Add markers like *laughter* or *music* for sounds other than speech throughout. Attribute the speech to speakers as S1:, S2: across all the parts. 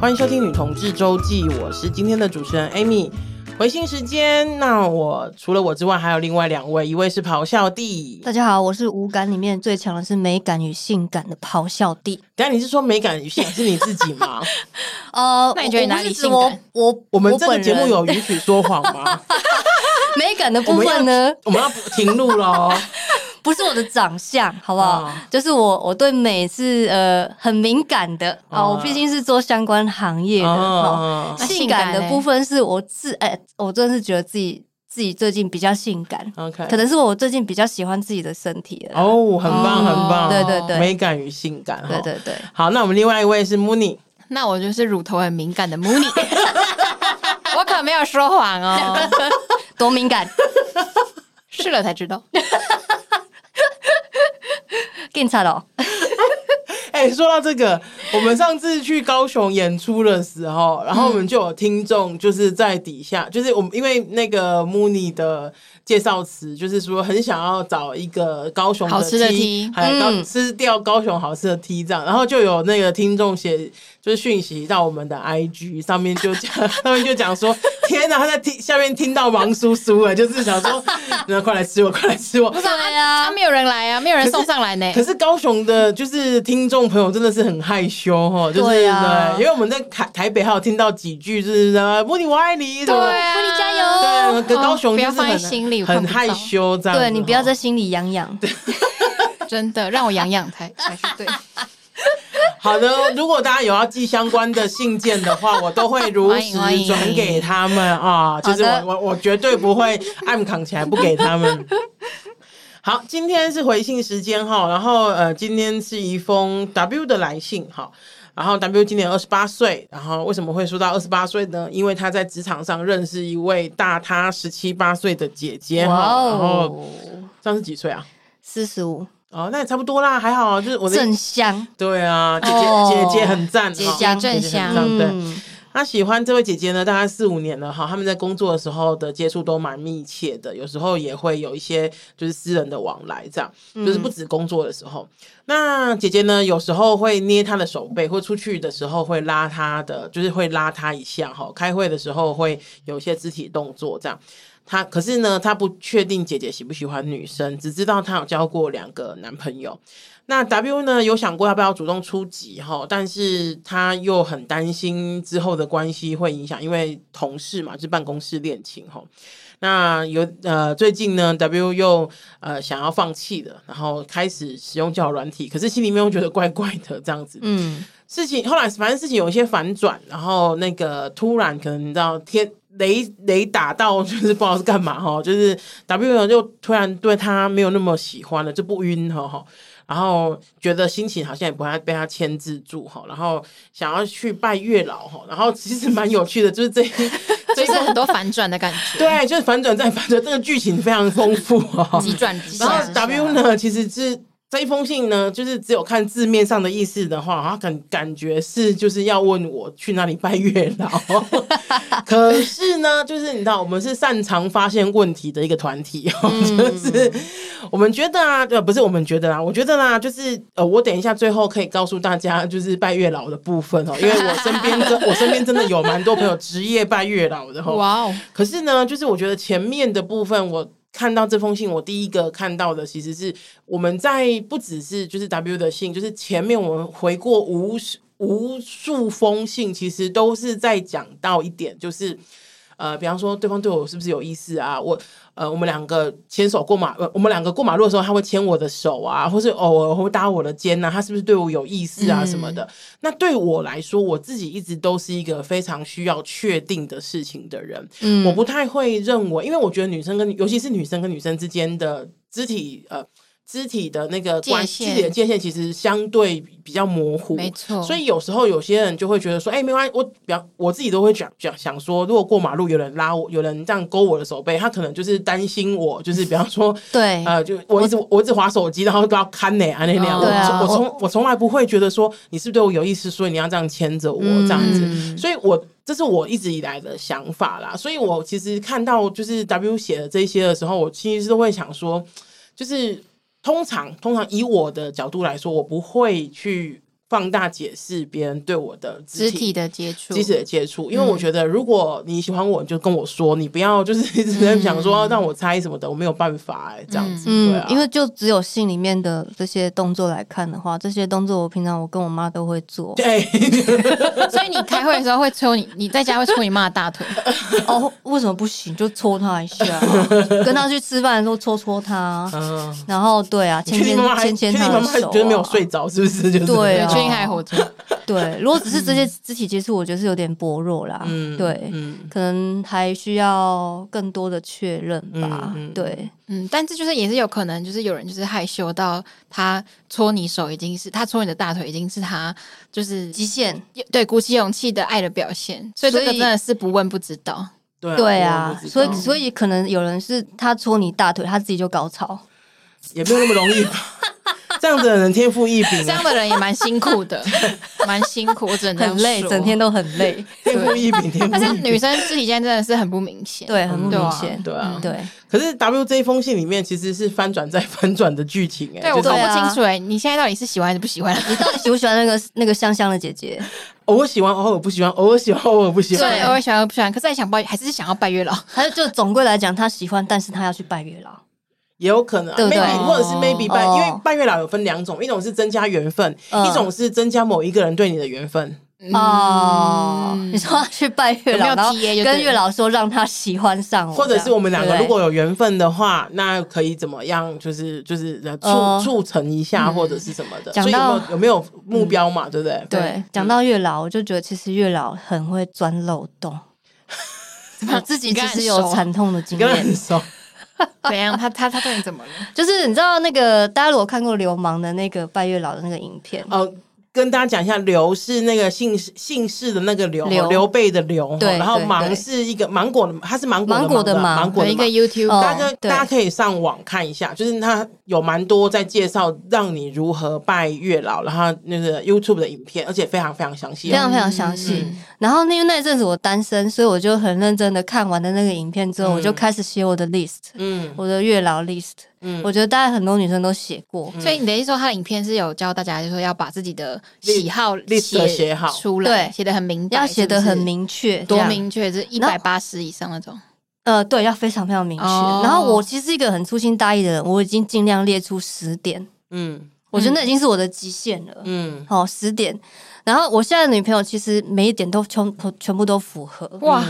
S1: 欢迎收听《女同志周记》，我是今天的主持人 Amy。回信时间，那我除了我之外，还有另外两位，一位是咆哮帝。
S2: 大家好，我是五感里面最强的是美感与性感的咆哮帝。
S1: 等一下你是说美感与性是你自己吗？
S2: 呃，
S3: 那你觉得
S2: 我
S3: 哪
S2: 我不
S3: 里
S2: 是指
S3: 性
S2: 我
S3: 感
S2: 我
S1: 我们
S2: 我
S1: 这个
S2: 本
S1: 节目
S2: 人
S1: 有允许说谎吗？
S2: *laughs* 美感的
S1: 我
S2: 部
S1: 们要
S2: 分呢，
S1: 我们要停录喽。
S2: 不是我的长相，好不好？
S1: 哦
S2: 就是我我对美是呃很敏感的啊、
S1: 哦
S2: 我毕竟是做相关行业的。哦
S1: 哦
S3: 那
S2: 性
S3: 性
S2: 感
S3: 感
S2: 的
S3: 嘞
S2: 部分是我自哎、我真的是觉得自己自己最近比较性感，
S1: ，OK，
S2: 可能是我最近比较喜欢自己的身体了。
S1: 哦，很棒，
S3: 哦
S1: 很棒，
S2: 对对对
S1: 美感与性感，
S2: 对
S1: 哈
S2: 对对，
S1: 好，那我们另外一位是 Mooney，
S3: 那我就是乳头很敏感的 Mooney，我可没有说谎哦，
S2: 多敏感，
S3: 试了才知道。
S2: 更差了。
S1: *laughs* 哎、说到这个，我们上次去高雄演出的时候，然后
S3: 嗯
S1: 我们就有听众就是在底下，就是我们因为那个 Mooney 的介绍词，就是说很想要找一个高雄
S3: 好吃的 T
S1: 还有高、
S2: 嗯
S1: 吃掉高雄好吃的 T 这样，然后就有那个听众写就是讯息到我们的 IG 上面就讲， *laughs* 上面就讲说，天哪，他在听下面听到王叔叔了，就是想说， *laughs* 那快来吃我，快来吃我，
S2: 对啊
S3: 啊，，没有人来啊，没有人送上来呢。
S1: 可是高雄的，就是听众朋友真的是很害羞哦，就是
S2: 对啊
S1: 因为我们在台台北还有听到几句就是什么“不你我爱你”什么的，
S3: 啊
S2: 祝你加
S1: 对
S2: 油！
S1: 啊，可
S3: 哦
S1: 高雄
S3: 不
S1: 就
S3: 要
S1: 是
S3: 放在
S1: 很
S3: 心里我
S1: 很
S3: 看不到
S1: 害羞这样子哦。
S2: 对你不要在心里痒痒。
S3: 真的让我痒痒才才是 *laughs* 对。 *laughs*
S1: 好的。如果大家有要寄相关的信件的话，我都会如
S3: *laughs* 欢
S1: 实
S3: 迎欢迎
S1: 转给他们啊。就是
S2: 好
S1: 我
S2: 的
S1: 我我绝对不会暗扛起来不给他
S3: *laughs*
S1: 们。好，今天是回信时间哈，然后呃，今天是一封 W 的来信哈，然后 W 今年二十八岁，然后为什么会说到二十八岁呢？因为他在职场上认识一位大他十七八岁的姐姐哈，
S2: 哦
S3: 哦
S1: 然后，上次几岁啊？
S2: 四十五
S1: 哦，那也差不多啦，还好，就是我的
S2: 正香，
S1: 对啊，姐姐、
S2: 哦
S1: 姐姐很赞，
S2: 姐
S1: 哈
S2: 姐很
S1: 姐姐很
S3: 赞
S1: 赞，对。
S2: 嗯，
S1: 他喜欢这位姐姐呢，大概四五年了哈。他们在工作的时候的接触都蛮密切的，有时候也会有一些就是私人的往来，这样
S2: 嗯
S1: 就是不止工作的时候。那姐姐呢，有时候会捏她的手背，或出去的时候会拉她的，就是会拉她一下哈。开会的时候会有一些肢体动作这样。她可是呢，她不确定姐姐喜不喜欢女生，只知道她有交过两个男朋友。那 W 呢有想过要不要主动出击哈，但是他又很担心之后的关系会影响，因为同事嘛，就是办公室恋情哈。那有呃，最近呢，W 又呃想要放弃了，然后开始使用交友软体，可是心里面又觉得怪怪的这样子。
S2: 嗯，
S1: 事情后来反正事情有一些反转，然后那个突然可能你知道天雷雷打到，就是不知道是干嘛哈，就是 W 就突然对他没有那么喜欢了，就不晕了哈。然后觉得心情好像也不太被他牵制住哈，然后想要去拜月老哈，然后其实蛮有趣的，就是这一这
S3: 就
S1: 一
S3: 是很多反转的感觉，
S1: 对，就是反转再反转，这个剧情非常丰富哦。
S3: 急转直
S1: 然
S3: 下
S1: 后。W 呢，其实是这一封信呢，就是只有看字面上的意思的话，他感感觉是就是要问我去哪里拜月老。 *laughs* 可是呢，就是你知道，我们是擅长发现问题的一个团体哦，就是我们觉得啊，呃，不是我们觉得啦，我觉得啦，就是呃，我等一下最后可以告诉大家，就是拜月老的部分哦，因为我身边真我身边真的有蛮多朋友职业拜月老的哦。
S3: 哇哦，
S1: 可是呢，就是我觉得前面的部分，我看到这封信，我第一个看到的其实是我们在不只是就是 W 的信，就是前面我们回过无数无数封信，其实都是在讲到一点，就是。呃，比方说对方对我是不是有意思啊？我呃，我们两个牵手过马，呃我们两个过马路的时候，他会牵我的手啊，或是偶尔会搭我的肩呐、啊，他是不是对我有意思
S3: 嗯
S1: 啊什么的？那对我来说，我自己一直都是一个非常需要确定的事情的人，
S2: 嗯
S1: 我不太会认为，因为我觉得女生跟尤其是女生跟女生之间的肢体呃。肢体的那个关
S3: 界
S1: 系，
S3: 限
S1: 肢体的界限其实相对比较模糊，
S3: 没错
S1: 所以有时候有些人就会觉得说，哎、没关系，我比方我自己都会讲讲想说，如果过马路有人拉我，有人这样勾我的手背，他可能就是担心我，就是比方说，
S2: 对，
S1: 呃，就我一直我一直划手机，然后都要看呢、啊那那样。
S3: 嗯哦对
S2: 啊
S1: 我从我从我从来不会觉得说你是不是对我有意思，所以你要这样牵着我、这样子。
S3: 嗯
S1: 所以我这是我一直以来的想法啦。所以我其实看到就是 W 写的这些的时候，我其实都会想说，就是通常通常以我的角度来说，我不会去。放大解释别人对我的肢
S3: 肢
S1: 体
S3: 体的接触，
S1: 肢体的接
S2: 嗯
S1: 触，因为我觉得如果你喜欢我，你就跟我说，你不要就是一直在想说让我猜什么的，我没有办法哎、这样子，
S2: 嗯，
S1: 对啊，
S2: 因为就只有信里面的这些动作来看的话，这些动作我平常我跟我妈都会做。
S1: 对，
S3: 所以你开会的时候会抽你，你在家会抽你妈的大腿，
S2: 哦，为什么不行？就戳她一下
S1: *laughs*
S2: 啊、跟她去吃饭的时候戳戳她，啊
S1: 嗯，
S2: 然后对啊，
S1: 确
S2: 牵
S1: 定
S2: 牵
S1: 妈妈还
S2: 牵
S1: 确
S2: 牵
S1: 定
S2: 她
S1: 妈
S2: 的
S1: 妈
S2: 手、啊。
S1: 就是没有睡着，是不是？就是
S2: 对啊
S3: 确定还活着。
S2: 对，如果只是这些肢体接触，我觉得是有点薄弱啦。
S1: 嗯，
S2: 对，
S1: 嗯，
S2: 可能还需要更多的确认吧。
S1: 嗯嗯
S2: 对，
S3: 嗯，但这就是也是有可能，就是有人就是害羞到他搓你手已经是他搓你的大腿已经是他就是
S2: 极限。
S3: 对鼓起勇气的爱的表现，嗯所以这
S2: 所
S3: 个
S2: 以
S3: 真的是不问不知道。
S1: 对嗯
S2: 对啊，所以
S1: 以
S2: 所以可能有人是他戳你大腿，他自己就高潮。
S1: 也没有那么容易
S2: *laughs*
S1: 吧。这样子的人天赋异
S3: 这
S1: 禀
S3: 样
S1: 啊，
S3: 的人也蛮辛苦的， *laughs* 蛮辛苦，我只能这样
S2: 很累，
S3: 说
S2: 整天。都很累，
S1: 天赋异禀，天赋
S3: 但是
S1: 异禀。
S3: 女生肢体间真的是很不明显，
S2: 对，很不
S3: 对
S2: 明
S3: 啊
S2: 显，
S1: 对啊
S2: 嗯对，
S1: 可是 W 这一封信里面其实是翻转再翻转的剧情哎、
S3: 对，我
S1: 就是
S3: 搞
S2: 对
S3: 不
S2: 啊
S3: 清楚哎、你现在到底是喜欢还是不喜欢？
S2: 你到底喜不喜欢那个那个香香的姐姐？
S1: 偶尔喜欢，偶尔不喜欢，偶尔喜欢，偶尔不喜欢。
S3: 对，偶尔喜欢，偶尔不喜欢，可是还想拜，还是想要拜月老。
S2: 还是就总归来讲，她喜欢，但是她要去拜月老。
S1: 也有可能、啊、
S2: 对不对
S1: maybe 或者是 maybe 拜，
S2: 哦
S1: 因为拜月老有分两种，一种是增加缘分，
S2: 嗯
S1: 一种是增加某一个人对你的缘分。
S2: 哦，你说她去拜月
S3: 有没有
S2: 老，然后
S3: TA 就对
S2: 跟
S3: 了
S2: 月老说让她喜欢上我，
S1: 或者是我们两
S2: 哦这
S1: 个
S2: 样
S1: 如果有缘分的话，那可以怎么样？就是就是呃
S2: 哦
S1: 促促成一下，或者是什么的。
S2: 嗯讲
S1: 所以有没有
S2: 到嗯
S1: 有没有目标嘛？对不对？
S2: 对不对对讲到月老，我就觉得其实月老很会钻漏洞。我自己
S3: 你跟
S2: 其
S3: 他很
S2: 实有
S3: 熟
S2: 惨痛的经
S1: 你跟他很
S2: 验，
S1: 熟，
S3: 怎样？他他他对你怎么了？
S2: 就是你知道那个大家如果看过《流氓》的那个拜月老的那个影片，
S1: 呃，跟大家讲一下，刘是那个姓氏姓氏的那个刘，
S2: 刘
S1: 刘备的刘，
S2: 对
S1: 然后
S2: 对
S1: 芒
S2: 对
S1: 是一个芒果的，它是芒果
S2: 芒果的
S1: 芒
S2: 芒
S1: 芒果
S3: 有
S1: 的
S3: 一个
S1: 芒
S3: YouTube，、
S2: 哦
S1: 大家
S2: 对
S1: 大家可以上网看一下，就是他有蛮多在介绍让你如何拜月老，然后那个 YouTube 的影片，而且非常非常详细
S2: 非
S1: 哦。
S2: 常非常详细。
S3: 嗯
S2: 然后那因为那一阵子我单身，所以我就很认真的看完的那个影片
S3: 嗯
S2: 之后，我就开始写我的 list，
S1: 嗯
S2: 我的月老 list。
S1: 嗯
S2: 我觉得大概很多女生都写过，
S3: 所以你的意思说，他的影片是有教大家，就是说要把自己的喜好
S1: list
S3: 写
S1: 写好
S3: 出来，
S2: 对
S3: 写的很明白，
S2: 要写的
S3: 是不是
S2: 很，明确，这
S3: 多
S2: 样
S3: 明确，是一百八十以上那种。
S2: 呃，对，要非常非常明确。
S3: 哦
S2: 然后我其实是一个很粗心大意的人，我已经尽量列出十点，
S1: 嗯
S2: 我觉得那已经是我的极限了。
S1: 嗯，
S2: 好、十点。然后我现在的女朋友其实每一点都全全部都符合。
S3: 哇，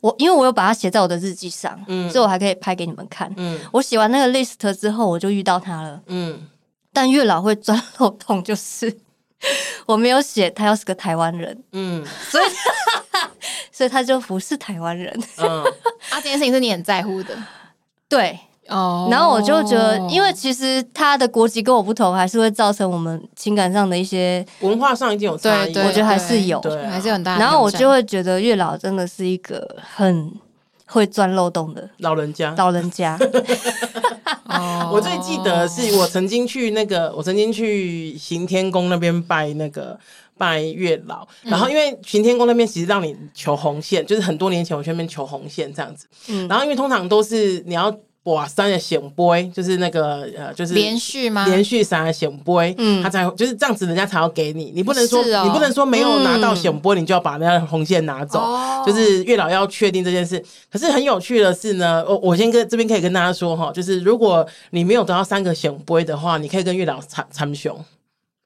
S2: 我因为我有把它写在我的日记上，
S1: 嗯
S2: 所以我还可以拍给你们看。
S1: 嗯
S2: 我写完那个 list 之后，我就遇到他了。
S1: 嗯 *laughs*
S2: 但月老会钻漏洞，就是 *laughs* 我没有写他要是个台湾人，
S1: 嗯
S2: 所以他就不是台湾人。
S1: 嗯，
S3: 啊，这件事情是你很在乎的
S2: 对，
S3: 哦。
S2: 然后我就觉得，因为其实他的国籍跟我不同，还是会造成我们情感上的一些，
S1: 文化上一定有差异，啊
S3: 对
S2: 我觉得还是有。
S1: 对啊
S3: 还是有很大的挑战，
S2: 然后我就会觉得月老真的是一个很会钻漏洞的
S1: 老人家。
S2: 老人
S3: *laughs*
S2: 家。
S1: *laughs*
S3: 哦，
S1: 我最记得是我曾经去那个，我曾经去行天宫那边拜那个拜月老，
S3: 嗯
S1: 然后因为行天宫那边其实让你求红线，就是很多年前我去那边求红线这样子，
S2: 嗯
S1: 然后因为通常都是你要哇三的显杯，就是那个呃就是
S3: 连。续吗？
S1: 连续三的显杯，
S2: 嗯
S1: 他才就是这样子，人家才要给你。你不能说，
S3: 是哦
S1: 你不能说没有拿到显杯，你就要把那红线拿走。
S3: 哦
S1: 就是月老要确定这件事。可是很有趣的是呢，我我先跟这边可以跟大家说哈，就是如果你没有得到三个显杯的话，你可以跟月老参参雄。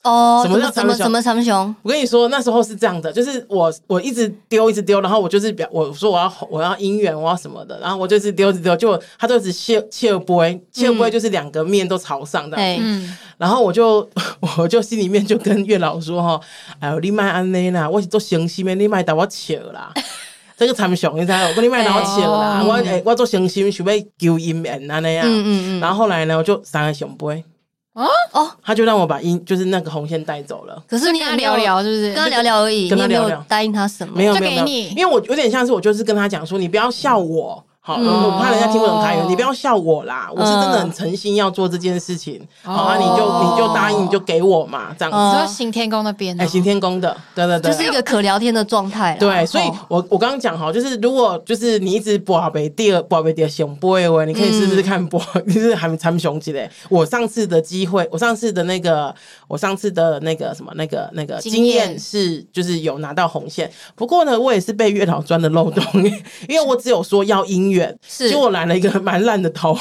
S2: 哦，
S1: 什
S2: 怎
S1: 么
S2: 么
S1: 叫
S2: 怎么
S1: 长
S2: 怎么长
S3: 嗯
S2: 熊？
S1: 我跟你说，那时候是这样的，就是我我一直丢，一直丢，然后我就是表我说我要我要姻缘，我要什么的，然后我就是丢，一直丢，就他就只切切杯，切杯就是两个面都朝上的，
S2: 哎，
S3: 嗯，
S1: 然后我就 *laughs* 我就心里面就跟月老说哈，哎呦，你卖安内啦，我是做生心的，你卖打我笑啦。这个参详，你知道，我跟你卖打我笑啦，
S3: 哎
S1: 我哎、我做诚心想要求姻缘安尼啊。
S2: 嗯嗯嗯。
S1: 然后后来呢，我就三个熊杯，
S2: 哦，
S1: 他就让我把姻就是那个红线带走了。
S2: 可是你
S3: 跟
S2: 也
S3: 他
S2: 没有
S3: 聊，聊是不是？
S2: 跟他聊聊而已，
S1: 跟
S2: 你
S1: 他
S2: 也没
S1: 聊聊
S2: 有答应他什么。
S1: 没有
S3: 就
S1: 没有
S3: 给
S1: 没有
S3: 你
S1: 因为我有点像是我就是跟他讲说，你不要笑我。好，
S2: 嗯
S1: 我怕人家听不懂台语
S3: 哦，
S1: 你不要笑我啦，我是真的很诚心要做这件事情，好啊，你就你就答应，你就给我嘛，这样
S2: 嗯
S1: 子。
S3: 你说行天宫那边哦，
S1: 哎，行天宫的，对对对，
S2: 就是一个可聊天的状态啦。
S1: 对，所以
S2: 哦
S1: 我我刚刚讲哈，就是如果就是你一直博贝第二博贝第二熊波的话，你可以试试看博，
S2: 嗯
S1: 就是还没参雄之类。我上次的机会，我上次的那个，我上次的那个什么那个那个
S3: 经
S1: 经验
S3: 验
S1: 是，就是有拿到红线。不过呢，我也是被月老钻的漏洞，因为我只有说要姻缘，
S3: 是
S1: 结果来了一个蛮烂的头。，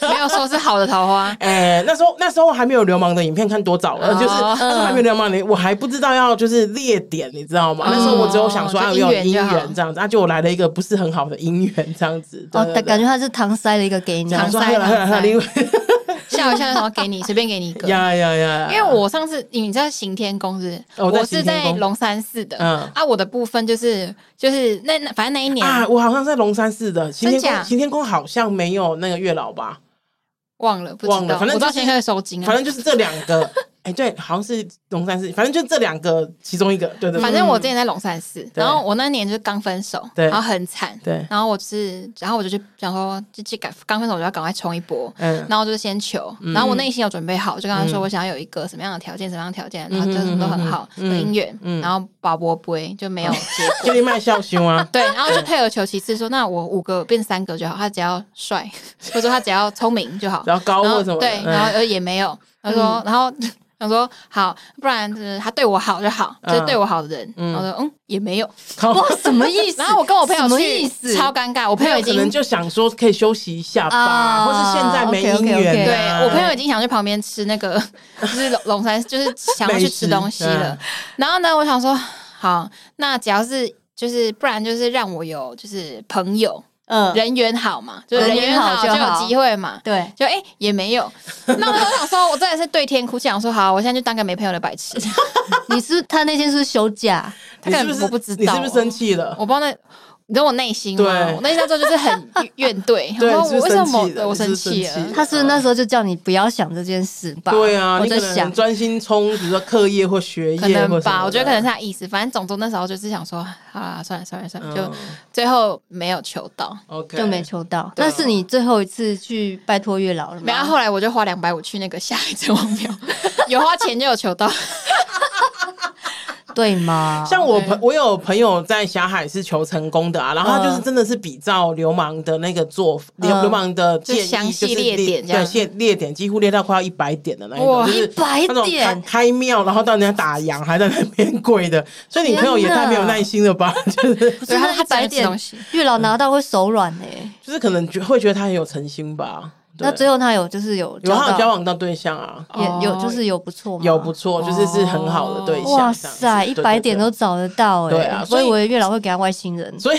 S3: 没有说是好的桃花
S1: 哎、那时候那时候还没有流氓的影片看多早了，
S3: 哦
S1: 就是那时候还没有流氓的，我还不知道要就是列点，你知道吗？那时候我只有想说
S3: 哦就
S1: 啊，我有
S3: 姻缘
S1: 姻
S3: 就好
S1: 缘这样子，啊，就我来了一个不是很好的姻缘这样子，对
S2: 哦，
S1: 对
S2: 但
S1: 对
S2: 感觉他是搪塞了一个给你。
S1: 想说
S3: 搪
S1: *laughs* 还
S3: 塞
S1: 有还有还有
S3: 搪塞
S1: 另外。
S3: 笑一笑，然后给你随便给你一个
S1: *laughs* 呀呀呀，
S3: 因为我上次你知道行天宫是不
S1: 哦我在
S3: 是，我是
S1: 行天
S3: 在
S1: 宫
S3: 龙山寺的，
S1: 嗯
S3: 啊，我的部分就是就是那那反正那一年
S1: 啊，我好像在龙山寺的行天
S3: 真假
S1: 宫，行天宫好像没有那个月老吧，
S3: 忘了不
S1: 忘
S3: 知
S1: 了
S3: 道，
S1: 反正
S3: 我到
S1: 就是
S3: 现在在收金啊，
S1: 反正就是这两
S3: *laughs*
S1: 个，哎、对，好像是龙山寺，反正就这两个其中一个，对对嗯对
S3: 反正我之前在龙山寺，
S1: 对
S3: 然后我那年就是刚分手，
S1: 对
S3: 然后很惨，
S1: 对，
S3: 然后我就是，然后我就去想说，就去赶刚分手，我就要赶快冲一波。
S1: 嗯，
S3: 然后就是先求，然后我内心有准备好，就跟他说我想要有一个什么样的条件，什么样的条件，然后就什么都很好
S1: 嗯嗯嗯
S3: 的姻缘
S1: 嗯，
S3: 然后宝宝不会就没有结
S1: *laughs*
S3: 果。
S1: 就你卖孝心
S3: *laughs*
S1: 啊，
S3: 对，然后就退而求其次，说那我五个变三个就好，他只要帅， *laughs* 或者说他只要聪明就好，
S1: 然后高
S3: 然
S1: 或
S3: 后
S1: 什么的，
S3: 对，
S1: 嗯
S3: 然后呃也没有，他说，然后他说好，不然就是他对我好就好，就是
S1: 嗯
S3: 对我好的人。
S1: 嗯
S3: 然后说嗯也没有，
S1: 靠
S2: 哇，什么意思？
S3: 然后我跟我朋友
S2: 什么意
S3: 去，
S2: 思？
S3: 超尴尬，我朋友已
S1: 可能
S3: 经。
S1: 就想说可以休息一下吧，
S2: 啊
S1: 或是现在没姻
S2: OK，OK，OK
S1: 缘、
S3: 对
S1: 啊。
S3: 我朋友已经想去旁边吃那个，就是龙龙山，就是想要去吃东西了
S1: 美。嗯
S3: 然后呢，我想说，好，那只要是就是，不然就是让我有就是朋友
S2: 嗯，
S3: 人缘好嘛，就是
S2: 人
S3: 人
S2: 缘
S3: 缘
S2: 好
S3: 好
S2: 就
S3: 就有
S2: 好
S3: 机会嘛。
S2: 对，
S3: 就哎、欸也没有。 *laughs* 那我就想说，我真的是对天哭泣，想说好，我现在就当个没朋友的白痴。
S2: 你是他那天是不是休假，
S3: 他
S1: 你
S3: 可
S1: 是不
S3: 能
S1: 是
S3: 我不知
S1: 你是
S3: 道，
S1: 不是生气了？
S3: 我不知道那，你知道我内心吗？
S1: 对
S3: 我内心那时候就是很
S1: *laughs*
S3: 怨怼，
S1: 对
S3: 我
S1: 你是
S3: 说
S1: 不
S3: 我为
S1: 是
S3: 什
S1: 生气
S3: 么
S1: 了
S3: 对我
S1: 你是
S3: 生
S1: 不是
S3: 气
S1: 生
S3: 了
S1: 气？
S2: 他是不是那时候就叫你不要想这件事吧？
S1: 对啊，
S2: 我
S1: 你
S2: 在
S1: 可能
S2: 想，
S1: 专心冲，比如说课业或学
S3: 可
S1: 业或
S3: 能
S1: 什么
S3: 吧，
S1: 的
S3: 我觉得可能是他意思。反正总之那时候就是想说，好啦，算了算了算了，
S1: 嗯
S3: 就最后没有求到。
S1: OK
S2: 就没抽到。
S1: 对
S2: 那
S1: 啊
S2: 是你最后一次去拜托月老了
S1: 嗯
S2: 吗？
S3: 然后后来我就花两百五去那个下海城隍庙， *laughs* 有花钱就有
S1: *laughs*
S3: 求到。
S2: 对吗？
S1: 像我朋，我有朋友在霞海是求成功的啊，然后他就是
S2: 嗯
S1: 真的是比照流氓的那个做法，流
S2: 嗯
S1: 流氓的建
S3: 就详
S1: 议，
S3: 细
S1: 就是
S3: 列点这样
S1: 对，列列点几乎列到快要一百点的那一种，
S3: 哇
S1: 就是
S2: 100
S1: 那种
S2: 点
S1: 开开庙，然后到人家打烊还在那边 *laughs* 跪的，所以你朋友也
S2: 天哪
S1: 太没有耐心了吧？就是
S2: 不
S3: 对
S2: 是
S3: 他
S2: 那一
S3: 他只能
S2: 百
S3: 吃
S2: 点
S3: 东西，
S2: 月老拿到会手软哎、
S1: 就是可能觉会觉得他很有诚心吧。嗯对
S2: 那最后他有就是有
S1: 有他有
S2: 到
S1: 交往到对象啊，
S3: 哦
S2: 也有就是有不错吗？
S1: 有不错，就是是很好的对象。
S2: 哇
S1: 这样
S2: 塞，
S1: 子
S2: 一百点。
S1: 对对
S2: 都找得到哎、
S1: 对啊
S2: 我
S1: 所以
S2: 以为月老会给他外星人
S1: 对。所以，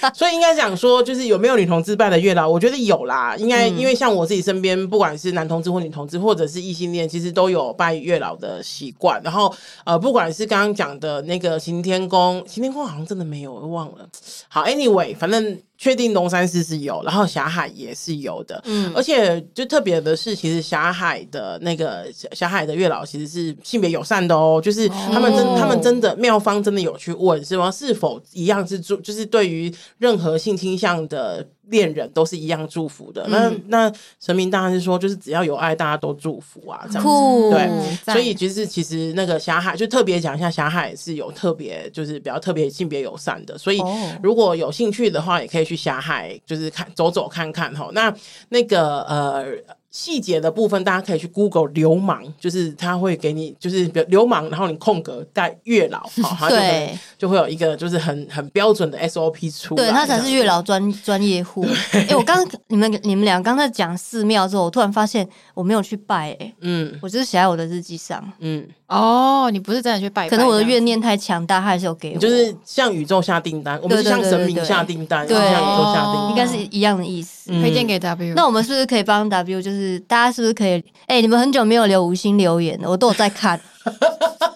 S1: *laughs* 所以应该讲说，就是有没有女同志拜的月老？我觉得有啦，应该、因为像我自己身边，不管是男同志或女同志，或者是异性恋，其实都有拜月老的习惯。然后，呃，不管是刚刚讲的那个行天宫，行天宫好像真的没有，我忘了。好，anyway，反正确定龙山寺是有，然后霞海也是有的。
S2: 嗯
S1: 而且就特别的是，其实霞海的那个霞霞海的月老其实是性别友善的哦，就是他们真、
S3: 哦
S1: 他们真的妙方真的有去问，是吗？是否一样是祝，就是对于任何性倾向的恋人都是一样祝福的。那那神明当然是说，就是只要有爱，大家都祝福啊，这样子。
S2: 酷，
S1: 对
S3: 嗯赞
S1: 所以其实其实那个霞海就特别讲一下，霞海是有特别就是比较特别性别友善的，所以
S2: 哦
S1: 如果有兴趣的话，也可以去霞海就是看走走看看哈。那那个呃。细节的部分，大家可以去 Google 流氓，就是他会给你，就是比如流氓，然后你空格带月老，好，它就可能
S2: 对
S1: 就会有一个就是很很标准的 SOP 出来，
S2: 对他才是月
S1: 老。
S2: 老专专业户。哎、我刚你们你们俩刚在讲寺庙之后，我突然发现我没有去拜、哎，
S1: 嗯
S2: 我就是写在我的日记上。
S1: 嗯，
S3: 哦，你不是真的去拜拜这
S2: 可
S3: 样子？
S2: 能我的怨念太强大，他还是有给我，
S1: 就是向宇宙下订单，我们是
S2: 对对
S1: 向
S2: 对
S1: 神
S2: 对
S1: 明
S2: 对
S1: 下订单，
S2: 对
S1: 向宇宙下订单，
S2: 应该是一样的意思。
S1: 嗯
S3: 推荐给 W。
S2: 那我们是不是可以帮 W？就是大家是不是可以？哎、你们很久没有留五星留言了，我都有
S1: *laughs*
S2: 在看。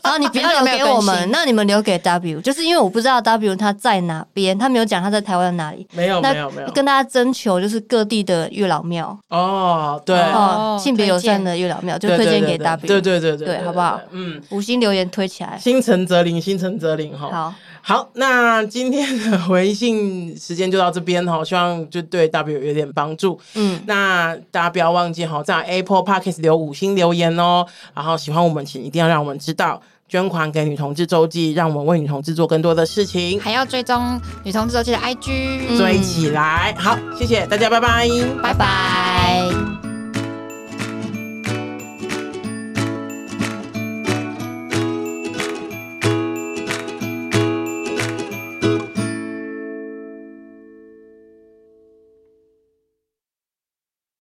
S2: 然后你不要留给我
S3: 很久没有更
S2: 们，
S3: 新
S2: 那你们留给 W，就是因为我不知道 W 他在哪边，他没有讲他在台湾的哪里。
S1: 没有
S2: 那
S1: 哦没有没有
S2: 跟大家征求就是各地的月老庙
S1: 哦，对，
S3: 哦
S2: 性别友善的月老庙，就推荐给 W。
S1: 对对对对
S2: 对好不好？
S1: 嗯，
S2: 五星留言推起来。
S1: 心诚则灵，心诚则灵哈。
S2: 好，
S1: 好，那今天的回信时间就到这边哈，希望就对 W 有点帮助。
S2: 嗯，
S1: 那大家不要忘记哈，在 Apple Podcast 留五星留言哦。然后喜欢我们，请一定要让我们知道，捐款给女同志周记，让我们为女同志做更多的事情，
S3: 还要追踪
S1: 嗯
S3: 女
S2: 嗯
S3: 同志周记的 IG，、
S1: 追起来。好，谢谢大家，拜拜。
S3: 拜拜。
S2: 拜。